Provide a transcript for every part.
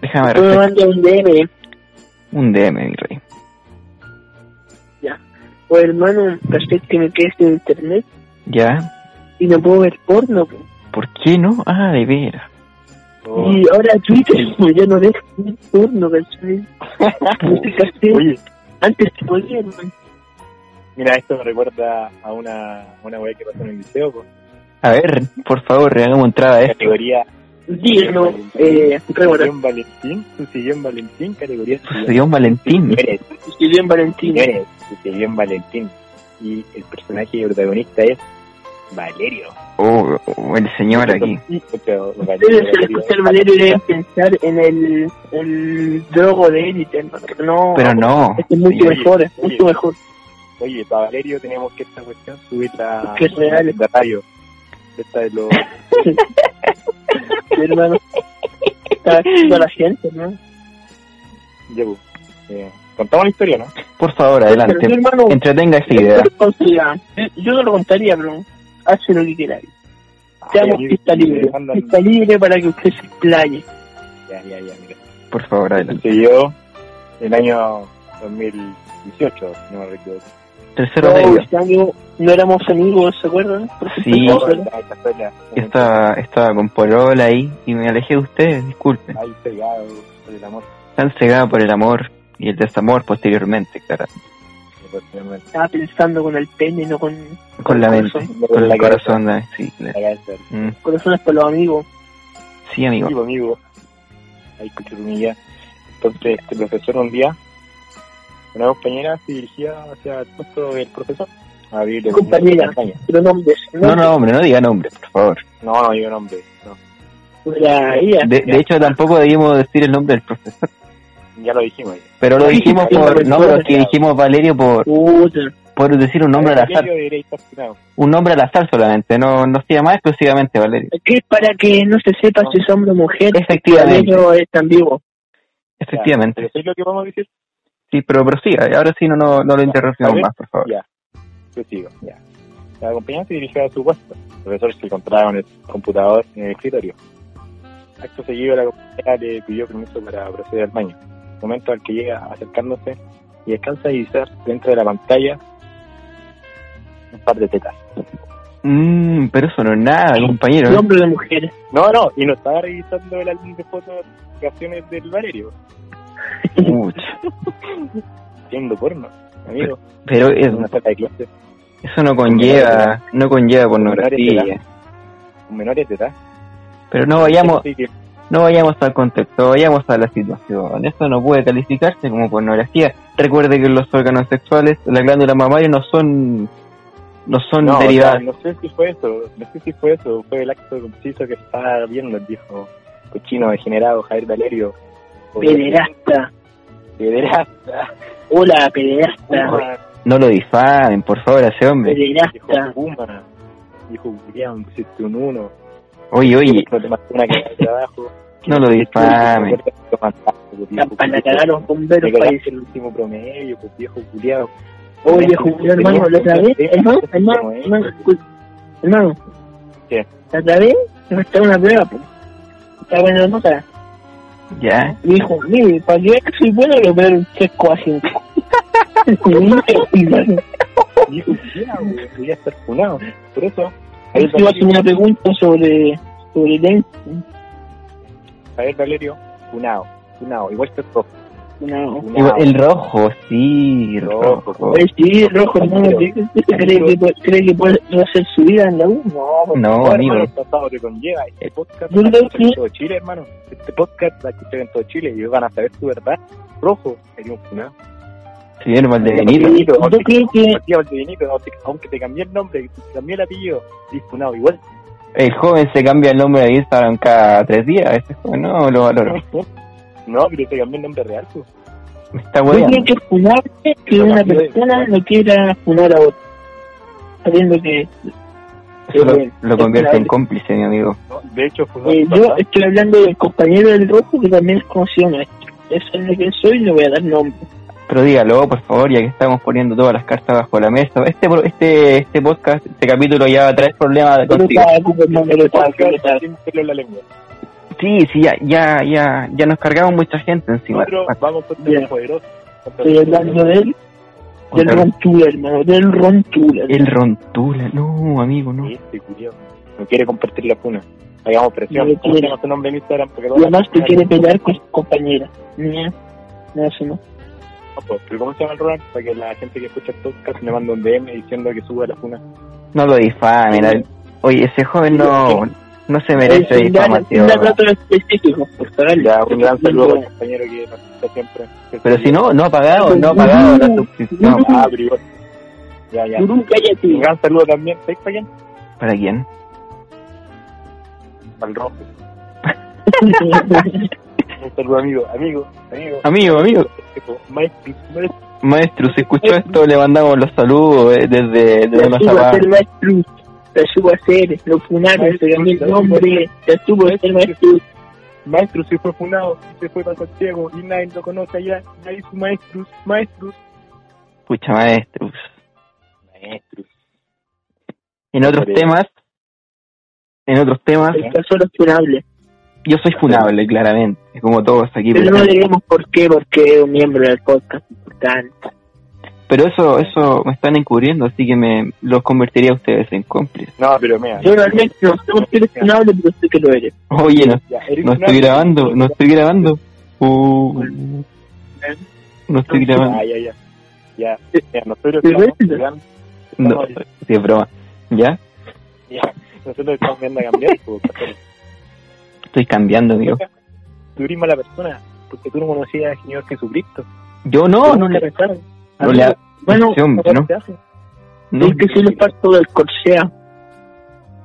Déjame Tú me recordar. mandas un DM. Un DM, mi rey. O hermano, parece que me quedé sin internet ¿Ya? y no puedo ver porno. po. ¿Por qué no? Ah, de veras. Oh, Y ahora Twitter, po, ya no dejo ver porno, ¿cachai? No te casé. Oye, Antes te podía, hermano. mira, esto me recuerda a una, a una weá que pasó en el liceo, pues. ¿Eh? A ver, por favor, hagamos entrada a esto. Categoría Díganlo, eh, Rébora. Sillón Valentín, su sillón Valentín, categoría Sucedió un Valentín. Señores, Julián Valentín. señores, su sillón Valentín. Y el personaje protagonista es Valerio. Oh, oh, el señor aquí. Sí, pero Valerio, Ustedes al escuchar Valerio deben pensar en el, el drogo de élite, hermano. No, Pero no. Este es mucho Oye, mejor, es oye. mucho mejor. Oye, para Valerio tenemos que esta cuestión subirla Que es real. la radio. Esta de los... Sí, hermano. Está haciendo la gente, ¿no? Ya, pues, eh, contamos la historia, ¿no? Por favor, Pero sí, adelante. hermano, Entretenga esta idea. esto es responsabilidad. eh, Yo- yo no lo contaría, pero hace lo que queráis. Seamos Ay, pista amigo, libre. mandan- Pista libre para que usted se explaye. Ya, ya, ya, mira. Por favor, adelante. Sucedió el año 2018, no me recuerdo. Tercero No, medio. este año no éramos amigos, ¿se acuerdan? Porque Sí. fuimos Ahora, solos. ahí está, Sonia. Yo estaba, estaba con Polola ahí y me alejé de ustedes, disculpen. Ahí pegado por el amor, Tan cegada por el amor y el desamor posteriormente, claro. posteriormente. Estaba pensando con el pene, no con Con la mente, con el corazón, la- sí. la- La cabeza. mm. corazones para los amigos. Sí, amigo. Amigo, amigo. Ahí cuchurumilla. Entonces, este profesor un día, una compañera se dirigía hacia el puesto del profesor. A abrirle una Compañera. campaña. Pero nombres, No, nombres. no, hombre, no diga nombre, por favor. No, no digo nombre. No. Era ella. De, de hecho, tampoco debimos decir el nombre del profesor. Ya lo dijimos. ya. Pero lo Sí, dijimos sí, por... sí, No, sí, pero sí, que sí. dijimos Valerio por, Puta. por decir un nombre al Valerio azar. debería estar funado. Un nombre al azar solamente, no, no se llama exclusivamente Valerio. Que para que no se sepa si es hombre o mujer, Efectivamente. Valerio es tan vivo. Ya, Efectivamente. ¿pero ¿sabes lo que vamos a decir? Sí, pero prosiga. Ahora sí, no, no, no lo interrumpimos más, por favor. Ya. Yo sigo, Pues ya. La compañera se dirigió a su puesto. El profesor se encontraba en el computador en el escritorio. Acto seguido, la compañera le pidió permiso para proceder al baño. Momento al que llega acercándose y alcanza a divisar dentro de la pantalla un par de tetas. Mm, pero eso no es nada, compañero. El hombre o la mujer. No, no, y no estaba revisando el álbum de fotografiaciones del Valerio, Pucha. siendo porno, amigo. Pero Es eso, una falta de clase. eso no conlleva, no conlleva pornografía. Con menores de edad. Pero no vayamos, Así que, no vayamos al contexto, vayamos a la situación. Esto no puede calificarse como pornografía. Recuerde que los órganos sexuales, la glándula mamaria no son, no son No, o sea, derivadas. no sé si fue eso, no sé si fue eso, fue el acto conciso que estaba viendo el viejo cochino degenerado Javier Valerio. Pederasta. Pederasta. Hola, pederasta. Puma, No lo difamen, por favor, a ese hombre. Dijo Pederasta. Puma. Dijo William, pusiste un uno. Oye, oye, No te mataste una cagada de trabajo. no lo difamen. Lo mataste, pues, La, viejo la culiao. cagaron con Te veros cagaste países. el último promedio, pues viejo culiado. Oye, Este, Julio, hermano, la otra vez, hermano, hermano, eh. hermano, escu- hermano. ¿Qué? La otra vez, me está una prueba, po. Está buena nota. Ya, Me dijo, mire, para que vea que soy bueno, le voy a dar un chesco a cinco. Viejo culiao, güey, quería estar funado. Por eso, Ahí te iba a hacer una pregunta sobre, sobre el Javier Valerio, funado. Funado, igual que el profe. No. Igual- Funado. el rojo, sí, el Rojo. rojo. Oye, sí, rojo, hermano, ¿cree que, cree que, puede- cree que puede hacer su vida en la U? No, No, Ahora, amigo. hermano, está todo que conlleva este podcast Yo la creo escuchan en que- todo Chile, hermano. Este podcast la escuchan en todo Chile y van a saber su verdad. Rojo sería un funado. Señor Valdebenito. Valdebenito, Yo aunque- creo que- aunque- Valdebenito, aunque- Aunque te cambié el nombre, te cambié el apellido, sí, funado igual. El joven se cambia el nombre de Instagram cada tres días. Este joven no lo valoro. No, pero te cambié el nombre real, pues. Me está Yo creo hueveando. que es funable que Pero una cambió de- persona no quiera funar a otra. Sabiendo que Qué lo, bien. lo convierte en cómplice, mi amigo. ¿no? De hecho, fue Eh, yo estoy hablando del compañero del rojo que también es conocido nuestro. Es el que soy, le voy a dar nombre. Pero dígalo, por favor, ya que estamos poniendo todas las cartas bajo la mesa. Este pro- este este podcast, este capítulo ya trae problemas de Pero contigo. estaba Cooper, no me lo estaba, que lo estaba. sin pelo en la lengua. Sí, sí, ya, ya, ya, ya nos cargamos mucha gente encima. Nosotros vamos contra Bien. los poderosos. Contra Estoy los hablando poderosos. de él, del Contra- Ron Tula, hermano, del Ron Tula. El rontula, no, amigo, no. Y este culiao no quiere compartir la puna. Hagamos presión. No quiere. Pongamos su nombre en Instagram porque Y además te quiere pelear con su compañera. Mía. No, eso no. No, pues, pero ¿Cómo se llama el Ronald? Para que la gente que escucha el podcast me mande un DM diciendo que suba la puna. No lo difame, la- Oye, ese joven no, no se merece Oye, sin dar- sin difamación. dar datos específicos, por favor. Ya, un gran saludo al compañero que nos escucha siempre. Pero si no, no ha pagado, no ha pagado la suscripción. Ah, pero igual. Ya, ya. Gurú, cállate. Un gran saludo también. ¿Sabes para quién? ¿Para quién? Para el rojo. Un saludo, amigo. Amigo, amigo. Ah. Amigo, amigo. Tipo, Maestro, maestro. Maestro, si escuchó esto, le mandamos los saludos eh, desde, desde La una supo llamada. hacer Maestro, la supo hacer, lo funaron, se cambió el nombre, la supo hacer Maestro. Maestro se fue funado, se fue para Santiago y nadie lo conoce allá. Y ahí su maestros, maestros. Escucha, maestro. Maestros. En otros Hombre. temas, en otros temas, El caso de los funables. yo soy funable, claramente, como todos aquí. Pero no presentes. diremos por qué, porque es un miembro del podcast importante. Pero eso eso me están encubriendo, así que me los convertiría a ustedes en cómplices. No, pero mira. Yo realmente no sé por qué eres funable, pero sé que lo eres. Oye, no, Ya, eres no un estoy árbitro. grabando, no Ah, estoy grabando. Uh, no estoy grabando. Ah, ya, ya. Ya, ya, nosotros ¿Te estamos ves? jugando- No, estamos- sí, es broma. ¿Ya? ya, nosotros estamos viendo a pues, cambiar. po, pero Estoy cambiando, amigo. Tú eres mala persona, porque tú no conocías al Señor Jesucristo. Yo no, no le... pensaron. No le Bueno, Sí, hombre, no. ¿Qué haces? no. es que si los pasos del Corsea,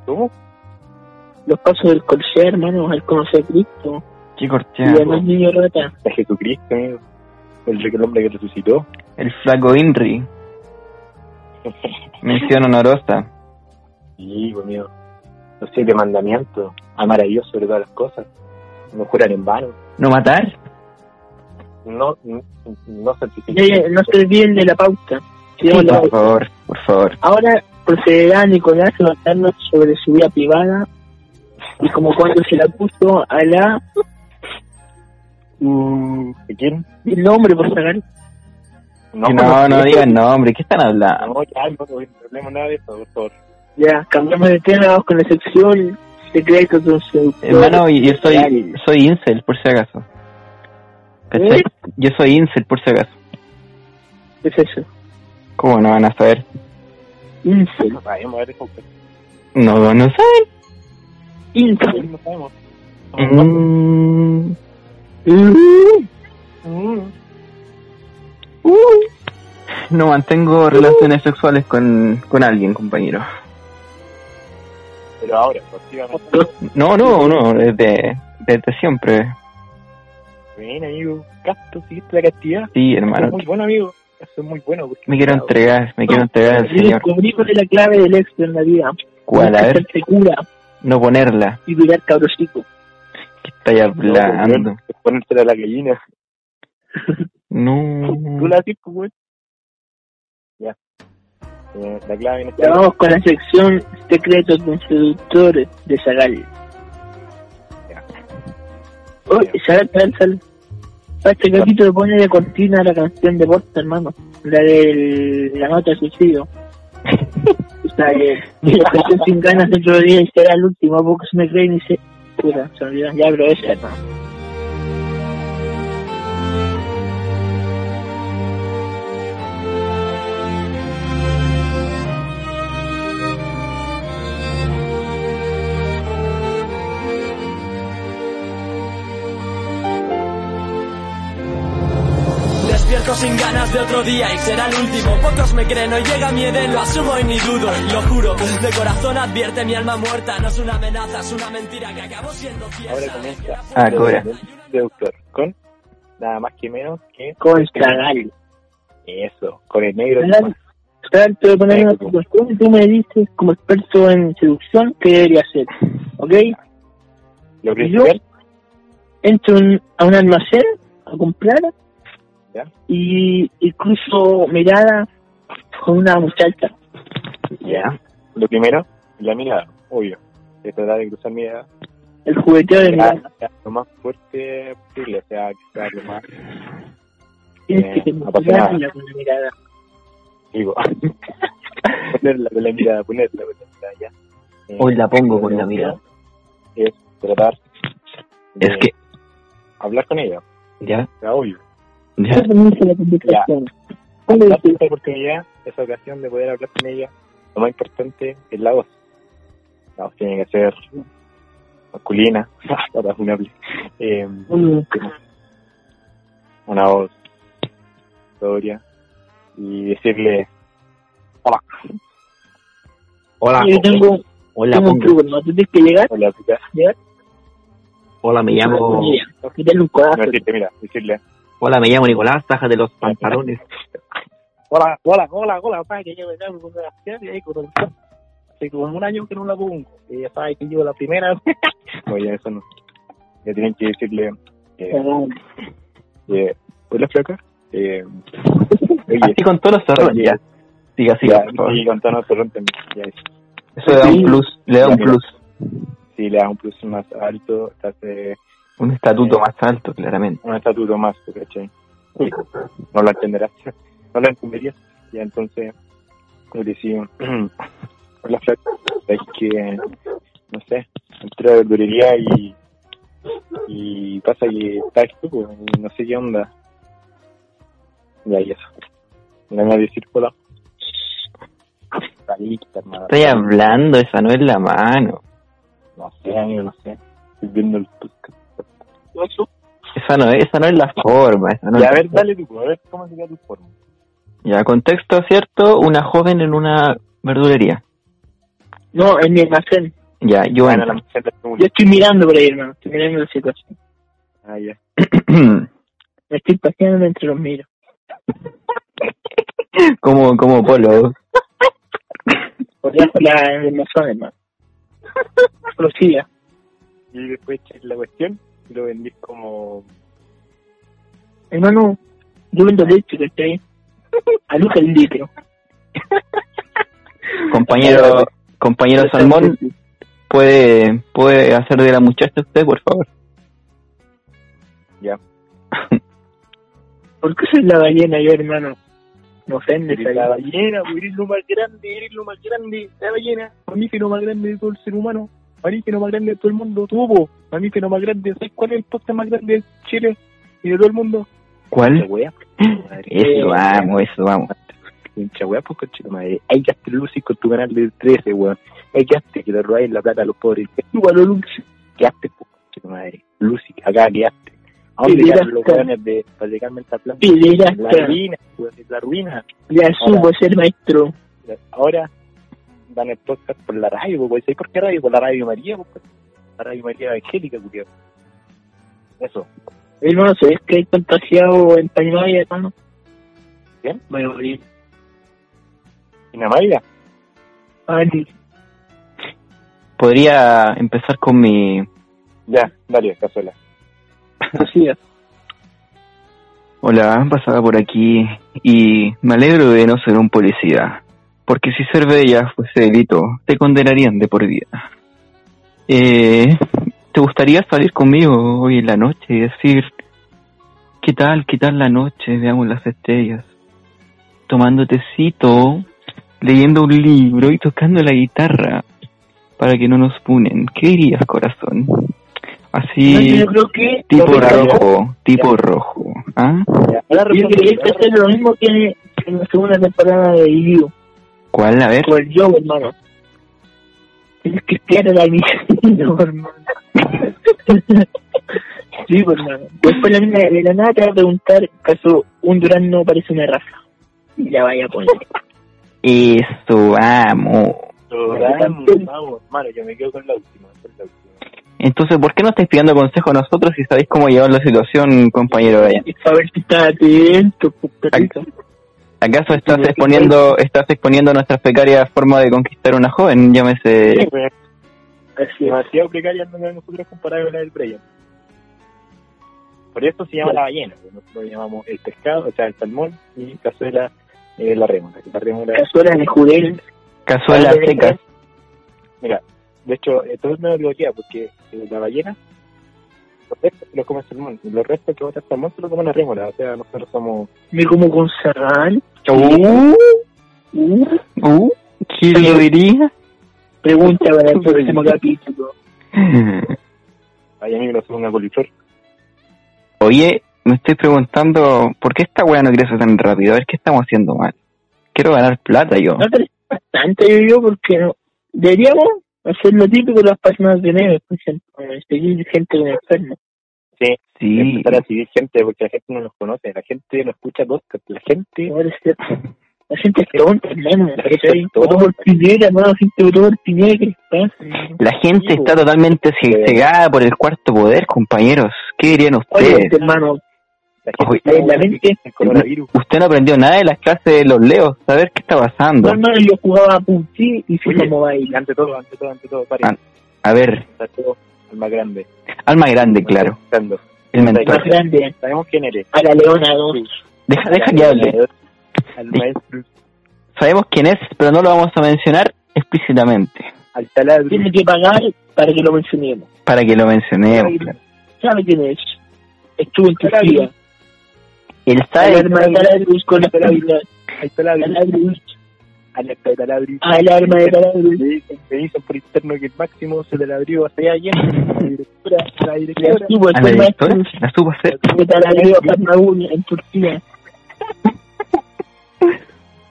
¿Cómo? los pasos del Corsea, hermano, al conocer a Cristo, Qué y corchea. además niño rata. A Jesucristo, amigo. El, el hombre que resucitó. El flaco Inri. Mención honorosa. Sí, pues, amigo. Los siete mandamientos. Amar a Dios sobre todas las cosas. No jurar en vano. ¿No matar? No, no, no santificar. Ya, ya, No se olviden de la pauta. Sigamos la por pauta. favor, por favor. Ahora procederá Nicolás a contarnos sobre su vida privada y como cuando se la puso a la... Mm, ¿de ¿Quién? El nombre, por favor. No, no, no, digan nombre, ¿qué están hablando? Ah, No, ya, no, no hablemos nada de eso, por favor. Ya, cambiamos de tema, vamos con la sección secretos de un seductor. Hermano, y- yo soy, Dale. soy incel, por si acaso. ¿Cachai? ¿Eh? Yo soy incel, por si acaso. ¿Qué es eso? ¿Cómo no van a saber? Incel. No sabemos, a ver, eso, pues, No, no saben. Incel. no sabemos. Mm, Uh. no mantengo relaciones sexuales con, con alguien, compañero. Pero ahora, próximamente. No, no, no, desde, desde siempre. Bien, amigo. Casto, siguiste la castidad. Sí, Eso es hermano. muy bueno, amigo. Eso es muy bueno. Porque Me quiero entregar, me quiero entregar al Y Señor. descubrí cuál es la clave del éxito en la vida. ¿Cuál? A ver, Hacerse cura no ponerla. y cuidar cabrosico. ¿Qué estáis hablando? Ponérsela a la gallina. Tú No. la haces, pues, güey. Ya. Eh, la clave en este Ya vamos con la sección secretos de un seductor de Zagal. Oh, Zagal, Zagal, Zagal. Para este capítulo pone de cortina la canción de Porta, hermano. La de la nota de suicidio. o sea, que que la canción sin ganas el otro día y será el último. A poco se me creen y se... Puta, se me olvidan. Ya, pero esa, hermano. Despierto sin ganas de otro día y será el último. Pocos me creen, hoy llega mi edén, lo asumo y ni dudo, lo juro. De corazón advierte mi alma muerta, no es una amenaza, es una mentira que acabó siendo fiesta. Ahora comienza. Ah, cobra. Seductor. Con nada más que menos que Con Zagal. eso. Con el negro. Zagal, mostrar, te voy a poner una situación y tú me dices, como experto en seducción, qué debería hacer. ¿Ok? ¿Lo que Y yo entro en- a un almacén a comprar Ya. y, y cruzo mirada con una muchacha. Ya. Lo primero, la mirada, obvio. Se trata de cruzar mirada. El jugueteo de mirada. Ya, ya, lo más fuerte posible, o sea, que sea lo más Tienes que eh, apasionada. mirarla con la mirada. vivo. ponerla con la mirada, ponerla con la mirada, ya. Eh, Hoy la pongo con la mirada. Es tratar de Es que, hablar con ella, ya, o sea, obvio. ya, Eso permite la comunicación. ¿Cómo Darte dices? esa oportunidad, esa ocasión de poder hablar con ella, lo más importante es la voz. La voz tiene que ser masculina, para funable. Eh, Mm, una voz sobria y decirle hola. Hola. Yo tengo, hola, tengo un pongo, truco, ¿no? Tú tienes que llegar, Hola, chica. hola, me llamo, Mira, quitarle un No codazo. decirte, mira, decirle hola, me llamo Nicolás, de los pantalones. hola, hola, hola, hola, papá, que yo me llamo con Sebastián y ahí con el- Hace como un año que no la pongo. Y ya sabes que yo la primera vez. Oye, eso no. Ya tienen que decirle eh, eh, hola, flaca. Eh, oye, Así con todos los Oye. cerrones, ya. Siga, siga, ya, por favor. y con tono cerrón también. Ya, Eso le da un Sí. plus, le da un Ya, plus, si le da un plus más alto, estás eh, un estatuto más alto, claramente. un estatuto más, ¿cachai? no la entenderás, no la entenderías. Y entonces, le decía, hola flaca, es que, no sé, entré a la verdulería y, y pasa que está esto, pues, y no sé qué onda. Y ahí eso. Me van a decir, hola. Está lista, hermano. Estoy hablando, esa no es la mano. No sé, amigo, no sé. Estoy viendo el podcast. Esa no es, esa no es la forma, esa no Y es a la ver, dale tú, a ver cómo sería tu forma. Ya, contexto cierto, una joven en una verdulería. No, en mi almacén. Ya, yo Bueno, la entro. mujer la Yo estoy mirando por ahí, hermano. Estoy mirando la situación. Ah, ya. Me estoy paseando entre los miros. como, como polo. Por debajo de la del mesón, hermano. Prosiga. Y después echas la cuestión y lo vendís como Hermano, yo vendo leche, ¿cachai? Aluja el litro. Compañero, compañero este- Salmón, puede, puede hacer de la muchacha usted, por favor. ¿Por qué soy la ballena yo, hermano? Me ofende esa la ballena. ballena, pues, eres lo más grande, eres lo más grande, la ballena, mamífero más grande de todo el ser humano, mamífero más grande de todo el mundo, tú, po, mamífero más grande, ¿sabes cuál es el poste más grande de Chile y de todo el mundo? ¿Cuál? wea, Eso vamos, eso vamos. pincha wea, pues, coche, madre, hay que hacer luces con tu canal de 13, weón, hay que hacer que le robáis la plata a los pobres, igual a Lucy, quedaste, pues, coche, madre, Lucy, acá quedaste, ¿a dónde Sí, quedaron los mira, weones de, para llegarme a esta planta? La Pederasta. ruina, weón, es la ruina. Le asumo Hola. ser maestro. ahora dan el podcast por la radio, po, pues, ¿sabes por qué radio? Por la radio María, po, pues. la radio María Evangélica, culiao. Eso, Hermano, ¿sabes que hay contagiado en Pañuaya, hermano? ¿Bien? Voy a morir. en Amaya, Ay, Podría empezar con mi... ya, dale, cazuela. prosiga. Hola, pasaba por aquí y me alegro de no ser un policía, porque si ser bella fuese delito, te condenarían de por vida. Eh, ¿Te gustaría salir conmigo hoy en la noche y decir, ¿qué tal, qué tal la noche? Veamos las estrellas. Tomando tecito, leyendo un libro y tocando la guitarra para que no nos punen. ¿Qué dirías, corazón? Así... No, yo creo que... Tipo Yo creo- rojo, tipo rojo. ¿Ah? Ya, ahora Yo responde, quería ahora hacer lo mismo que en la segunda temporada de Yu. ¿Cuál? A ver. Por el yo, hermano. Tienes que espiar a la mina, no, hermano. sí, pues, hermano. Después la mina de la nada te va a preguntar caso un durazno parece una raza. Y la vaya a poner. Eso, vamos. responde, También. vamos, vamos, hermano, yo me quedo con la última, con la última. Entonces, ¿por qué no estáis pidiendo consejo a nosotros si sabéis cómo llevar la situación, compañero Brian? Y para ver si está atento, pues, perrito. ¿Acaso estás exponiendo estás exponiendo nuestras precarias formas de conquistar a una joven? Llámese... pues, Es demasiado precaria no de nosotros comparado con la del Brian. Por eso se llama la ballena, porque nosotros llamamos el pescado, o sea, el salmón, y cazuela eh, la rémora. La rémora Cazuelas de jurel. Cazuelas Ahora, secas. Mira, de hecho, eh, todo es medio bloqueado porque eh, la ballena, los restos se los come el salmón, y los restos que va a estar salmón se los come la rémora, o sea, nosotros somos... Me como con sarral. Uh, Uh, uh, ¿Quién lo diría? pregunta para el próximo capítulo. Ay, a mí me lo suben a coliflor. Oye, me estoy preguntando por qué esta weá no crece tan rápido. A ver qué estamos haciendo mal. Quiero ganar plata yo. No te bastante, yo digo, porque no. Deberíamos hacer lo típico de las páginas de nieve, por ejemplo. eh, Seguir gente con enfermo. Sí, Empezar a seguir gente porque la gente no nos conoce, la gente no escucha podcast, la gente... Ahora es cierto. La gente es tonta, hermano. La gente es Votó por Piñera, hermano. La gente votó por Piñera, ¿qué les pasa? la gente está totalmente Sí. cegada por el cuarto poder, compañeros. ¿Qué dirían Oye, ustedes? hermano, La Ojo, gente la mente- el coronavirus. Usted no aprendió nada de las clases de los leos. A ver qué está no, pasando. hermano, yo jugaba a Punti y se Oye. como Y baila. ante todo, ante todo, ante todo, pare. Ah. A ver, Ante todo, al más grande. alma grande, claro. Pensando. El Más mentor. grande, Sabemos quién eres. a la Leona 2. Deja, Ah, deja que hable. Al maestro, Sabemos quién es, pero no lo vamos a mencionar explícitamente. al taladro. Tiene que pagar para que lo mencionemos. Para que lo mencionemos. claro. ¿Sabe quién es? Estuvo en Claro. Turquía. Él Al sabe, arma de Taladrus con la palabra Al taladro. Taladrus. Al taladro. Ah, Al arma de Taladrus. Me dicen, me dicen por interno que el máximo se le abrió hacia ayer. La directora, la La directora. estuvo a el la directora, Taladrus. la supo hacer. De Taladrus a Parnaúl pues, en Turquía.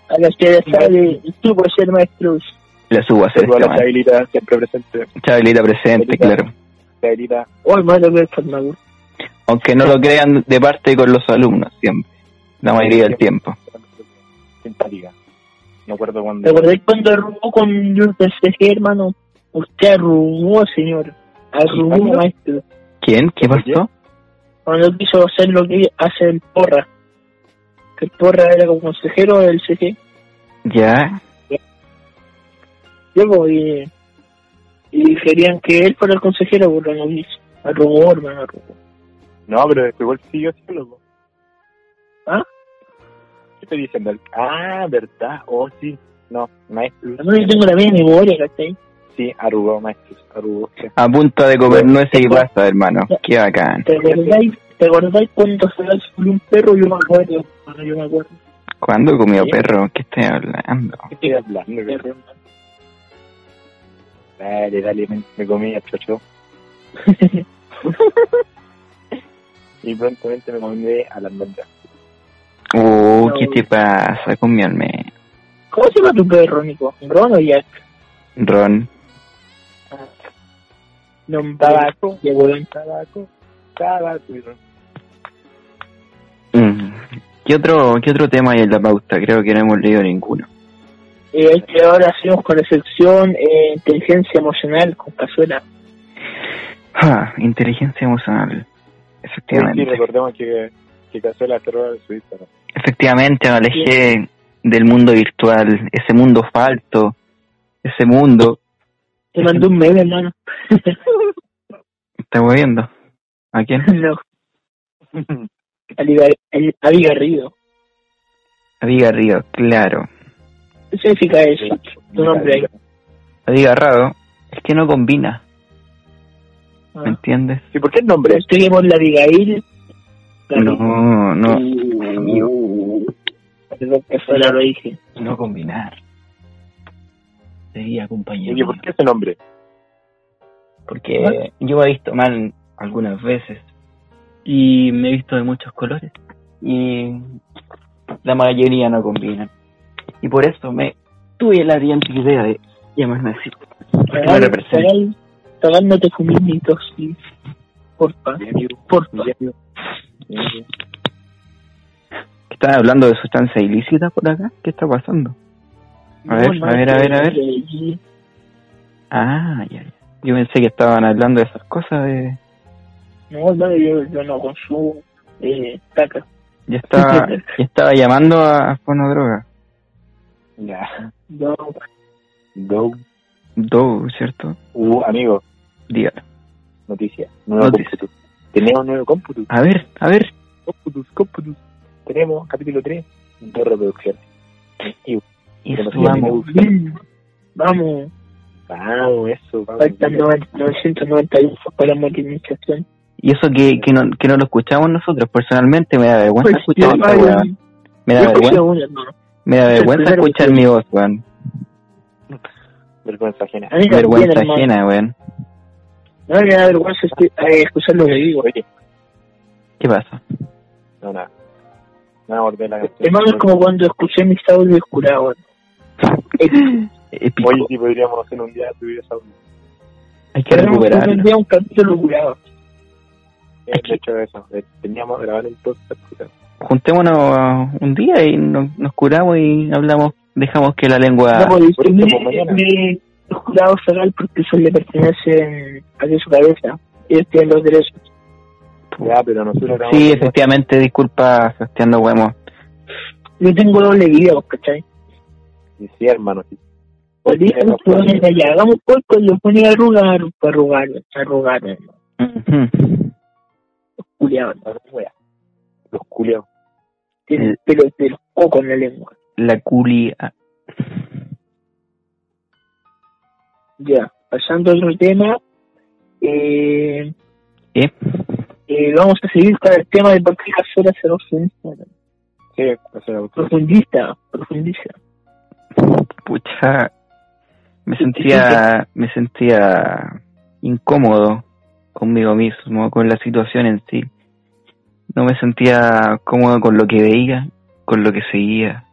A la que sabe, estuvo ser maestros. La supo hacer. Saludos a la chaval. Chabelita, siempre presente. Chabelita presente, Chabelita. claro. Chabelita, Hoy, hermano, que es Parnaúl. Aunque no lo crean de parte con los alumnos, siempre. La mayoría del tiempo. simpática. Me acuerdo ¿Te cuando. acordás cuando arrugó con un PSG, hermano? Usted arrugó, señor. Arrugó, ¿Algo? maestro. ¿Quién? ¿Qué pasó? Cuando quiso hacer lo que hace el Porra. Que el Porra era como consejero del CG. Ya. Luego, y, y querían que él fuera el consejero, pero no quiso. Arrugó, hermano, arrugó. No, pero después igual siguió psicólogo. ¿Ah? ¿Qué estoy diciendo? Ah, ¿verdad? Oh, sí. No, maestro. Hermano, yo tengo la misma memoria, ¿cachai? Sí, arrugó, maestro. Arrugó. sí. A punta de comer nueces y pasta, hermano. Qué bacán. ¿Te acordáis, ¿Te acordáis cuando se subió un perro? Yo me acuerdo, hermano, yo me acuerdo. ¿Cuándo comió perro? ¿Qué estoy hablando? ¿Qué estoy hablando? Perro, hermano. Dale, dale, me, me comí a chocho. y prontamente me comí a la almendra. Oh, ¿qué te pasa con mi almendra? ¿Cómo se llama tu perro, Nico? ¿Ron o Jack? Ron. No, Ah. tabaco. Ya, weón. Tabaco, tabaco. y ron. Mm. ¿Qué otro, ¿Qué otro tema hay en la pauta? Creo que no hemos leído ninguno. Eh, hay que ahora hacemos con la sección eh, inteligencia emocional con Cazuela. Ah, inteligencia emocional. Sí, Efectivamente. recordemos que, que Cazuela cerró de su Instagram. Efectivamente, me alejé del mundo virtual, ese mundo falso, ese mundo. Te mandó un meme, hermano. ¿Estás moviendo? ¿A quién? no, al Ibar- al- a Vigarrido. A Viga Río, claro. ¿Qué significa eso? Tu nombre. A Viga Rado, es que no combina, ¿me Ah. entiendes? Sí, ¿por qué el nombre? Tenemos la Abigail. la- No, no, y- Perdón, Cazuela lo dije. no combinar. Sería compañero. Oye, ¿por qué ese nombre? porque yo he visto mal algunas veces y me he visto de muchos colores y la mayoría no combinan y por eso me tuve la brillante idea de llamarme así no Tagal, representa. Tagal, Tagal, no te comí mi toxis. Porfa, Mi amigo, porfa. mi amigo, mi amigo. ¿Están hablando de sustancia ilícita por acá? ¿Qué está pasando? A ver, a ver, a ver, a ver. Ah, ya, ya. Yo pensé que estaban hablando de esas cosas de... No, hermano, yo, yo no consumo eh, taca. Ya estaba, ya estaba llamando a Fonodroga. Ya. No, Go. Dow, ¿cierto? Uh, amigo, Dígalo. noticia. Nuevo Noticia. cómputo. Tenemos nuevo cómputo. A ver, a ver. Cómputus, cómputus. Tenemos capítulo 3, dos reproducciones. Y Y Pero sí, a mí me subamos. gusta. Vamos, vamos, eso, vamos. faltan 90 991 para la modernización. Y eso que, que, no, que no lo escuchamos nosotros personalmente, me da vergüenza Pues, escuchar esta vaya, weá. Me da yo escuché vergüenza, una, no. me da el vergüenza primero que escuchar mi voz, weón. Vergüenza ajena. A mí me da Vergüenza hermano. ajena, weón. No me da vergüenza escu- eh, escuchar lo que digo. Oye, ¿Qué pasa? no, nada. No, no, volver la canción. Hermano, es como cuando escuché mis audios curados. Eh, Épico. Oye, sí, podríamos hacer un día subir esa audio. Hay que recuperarlo. día un capítulo curado. Eh, Aquí. De hecho, eso. eh, Teníamos grabar un podcast. o sea, Juntémonos ah, un día y nos, nos curamos y hablamos, dejamos que la lengua... No, porque por eso, mi, pues, mañana. mi jurado feral porque eso le pertenece a Dios su cabeza. Ellos tienen los derechos. Ya, pero nosotros grabamos. Sí, un efectivamente, disculpa, Sebastián, no huemos. Yo tengo doble video, ¿cachai? podcast. Y sí, hermano. Sí. Pues dije a los jugadores de allá, hagamos poco y los ponen a arrugar, a arrugar, a eh, arrugar, Mm. Ujú. culiados. A ver, wea. Los culiados. Tienen pelo del coco en la lengua. La ah, culia... Ya, pasando a otro tema, eh, ¿Eh? eh, vamos a seguir con el tema de por qué las horas se profundizan. Sí, o sea, Profundista, profundiza. Pucha, me sentía, me sentía incómodo conmigo mismo, con la situación en sí. No me sentía cómodo con lo que veía, con lo que seguía.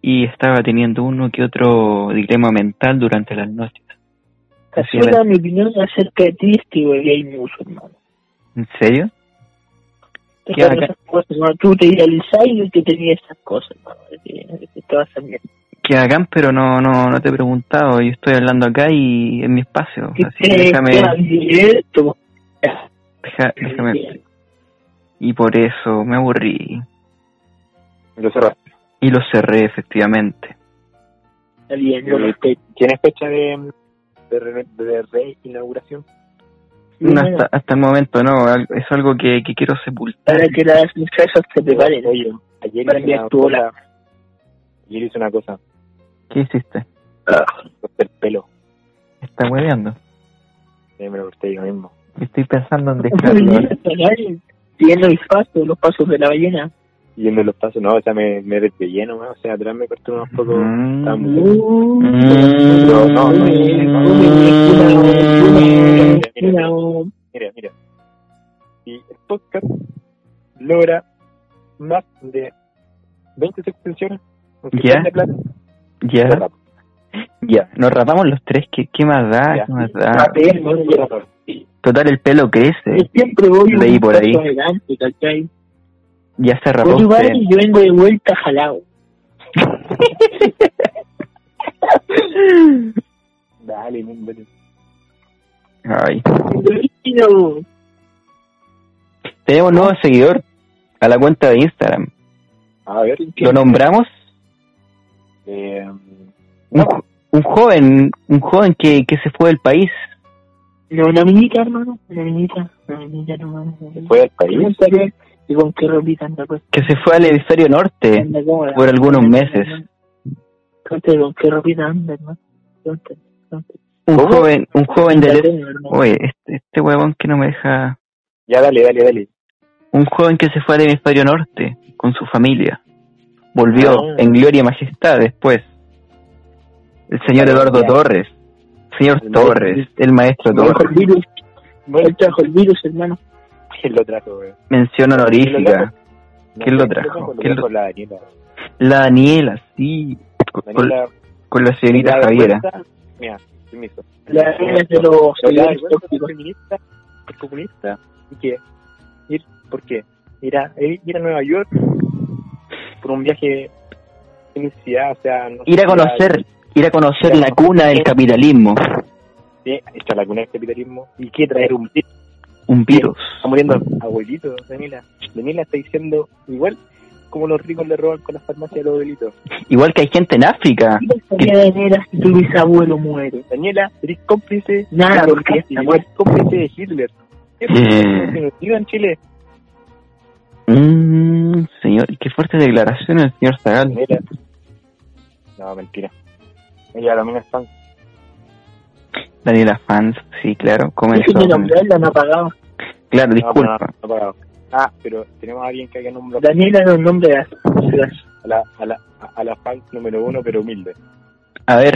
Y estaba teniendo uno que otro dilema mental durante las noches. Así Casuela era. mi opinión acerca de ti, Steve, y hay mucho, hermano. ¿En serio? Qué Esas bacán. cosas, ¿no? Tú te idealizás y yo que tenía esas cosas, hermano. de que- de que te vas a mierda. Que hagan, pero no, no, no te he preguntado. Yo estoy hablando acá y en mi espacio. ¿Qué Así que crees déjame, que va a vivir esto? Ya, deja- déjame. Y por eso me aburrí. lo cerraste. Y lo cerré, efectivamente. Está bien, no lo Eh, estoy. ¿Tienes fecha de, de, re- de reinauguración? No, Bueno, hasta, hasta el momento no, al- es algo que, que quiero sepultar. Para que las muchachas se preparen. Oye, ayer Para hice enviar una tu cosa. Ayer hice una cosa. ¿Qué hiciste? Corté el pelo. Está hueveando. Sí, me lo corté yo mismo. Estoy pensando en dejarlo. ahora. Oye, Siguiendo mis pasos, los pasos de la ballena. Y en los pasos, no, o sea, me, me desvellé nomás. O sea, atrás me corté unos pocos. Mm. estaba muy- Mm. no, Una, una, una. Mira, mira. Si el podcast logra más de 20 suscripciones, aunque Ya. sea de plata, Ya, lo rapo. ya. Nos rapamos los tres, ¿qué, qué más da? Ya. ¿Qué más da? Papel, ¿no? Lo rapo. Total, el pelo Yo crece. siempre voy un Leí por paso ahí. adelante, ¿cachai? Ya se rapó Vos Pues igual usted. y yo vengo de vuelta jalado. Dale, men, dale. Ay. Yo Tenemos nuevo seguidor a la cuenta de Instagram. A ver. ¿Lo nombramos? Eh, Un, jo- un joven, un joven que, que se fue del país. No, una minita, hermano. Una minita. Una minita, hermano. ¿Fue al país? Pregúntale y con qué ropita anda pues. Que se fue al hemisferio norte. Anda cómoda. por algunos Anda, meses. hermano. Pregúntale con qué ropita anda, hermano. Pregúntale, pregúntale. Un ¿Cómo? joven, un joven del... Pregúntale, hermano. Oye, este, este huevón que no me deja. Ya, dale, dale, dale. Un joven que se fue al hemisferio norte con su familia. Volvió Ah. en gloria y majestad después. El señor Ah, Eduardo ya. Torres. Señor El maestro. Torres, el maestro Me trajo Torres. el virus. Él trajo el virus, hermano. ¿Quién lo trajo, eh. güey? Mención ¿Quién lo honorífica. trajo? ¿Quién No, lo trajo? Lo ¿Quién lo- trajo la Daniela. La Daniela, sí. Con, con- Daniela, con la señorita la Javiera. vergüenza- Mira, permiso. La regla de los Pero la seguidores vergüenza es tóxicos. feminista, es comunista, y que ir, ¿por qué? Ir a, ir a Nueva York por un viaje de felicidad, o sea, no Ir a sé, conocer, ir a conocer Ya. la cuna del capitalismo. sí, esta la cuna del capitalismo, y que traer un virus, Un virus. está muriendo abuelito, Daniela, Daniela está diciendo igual como los ricos le roban con las farmacias a los delitos. Igual que hay gente en África. Daniela si tu bisabuelo muere? Daniela, eres cómplice. Nada, de porque Hitler, está muerto. eres cómplice de Hitler. ¿Qué pasa Eh. con el genocidio en Chile? Mmm, señor, qué fuerte declaración el señor Zagal. Mira. No, mentira. Ella la mina es fan. Daniela Fans, sí, claro, comenzó. Déjenme nombrarla, no apagado. Claro, No, pero no, disculpa. no ha pagado. Ah, pero tenemos a alguien que haga nombre Daniela no nombra de las- de las- a la, a la, a la fan número uno, pero humilde. A ver,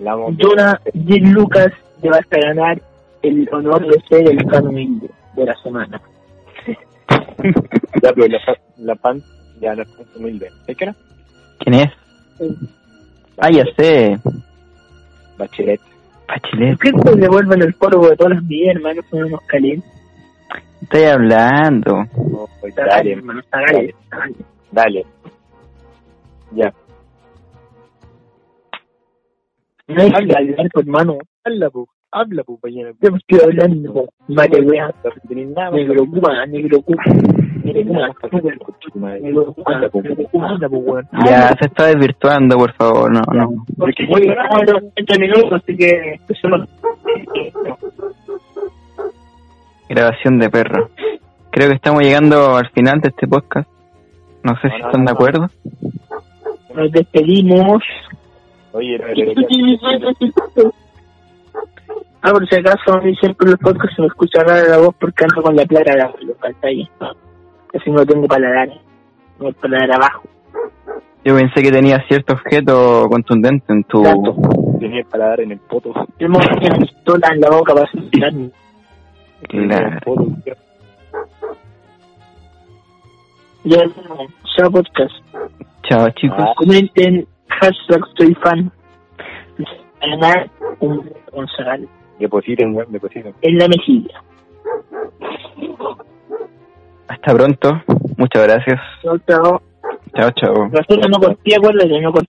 La amo. Dona Jill Lucas te vas a ganar el honor de ser el fan humilde de la semana. Ya, pero la, fan- la fan, ya la fan humilde. ¿Es que era? ¿quién es? Ah, ya sé, Bachelet. Bachelet. ¿Por qué se devuelven el polvo de todas las mías, hermano? Son unos calientes. Estoy hablando. No, pues, dale, hermano, dale, dale. dale. Ya, No hay que hablar, pues, hermano. habla, pues, habla, pues, mañana. Yo me estoy hablando, pues. Mate, wea. No tenés nada más que Negro Cuba, negro Cuba. Negro Cuba, Nada más que hacer, coche tu madre. negro Cuba, Habla, pues, negro Cuba, habla, pues, weón. Ya, se está desvirtuando, por favor, no, no. Porque voy grabando 30 minutos, así que eso no. Grabación de perro. Creo que estamos llegando al final de este podcast. No sé si están de acuerdo. Nos despedimos. Oye, pero, pero, pero- Ah, por si acaso, a mí siempre los podcasts se me escucha rara la voz porque ando con la clara la, la pantalla. Así no tengo paladar, no el paladar abajo. Yo pensé que tenía cierto objeto contundente en tu... Gato. tenía para dar en el poto. El mono tiene una pistola en la boca para asesinarme. En el Claro. poto, tío. Ya, hermano, ya podcast. Chao, chicos. Ah. Comenten, hashtag soy fan. Ganar un Gonzalo Depositen, weón, depositen. en la mejilla. Hasta pronto. Muchas gracias. Chao, chao. Chao, chao. Nosotros no corté, acuérdate, no corté.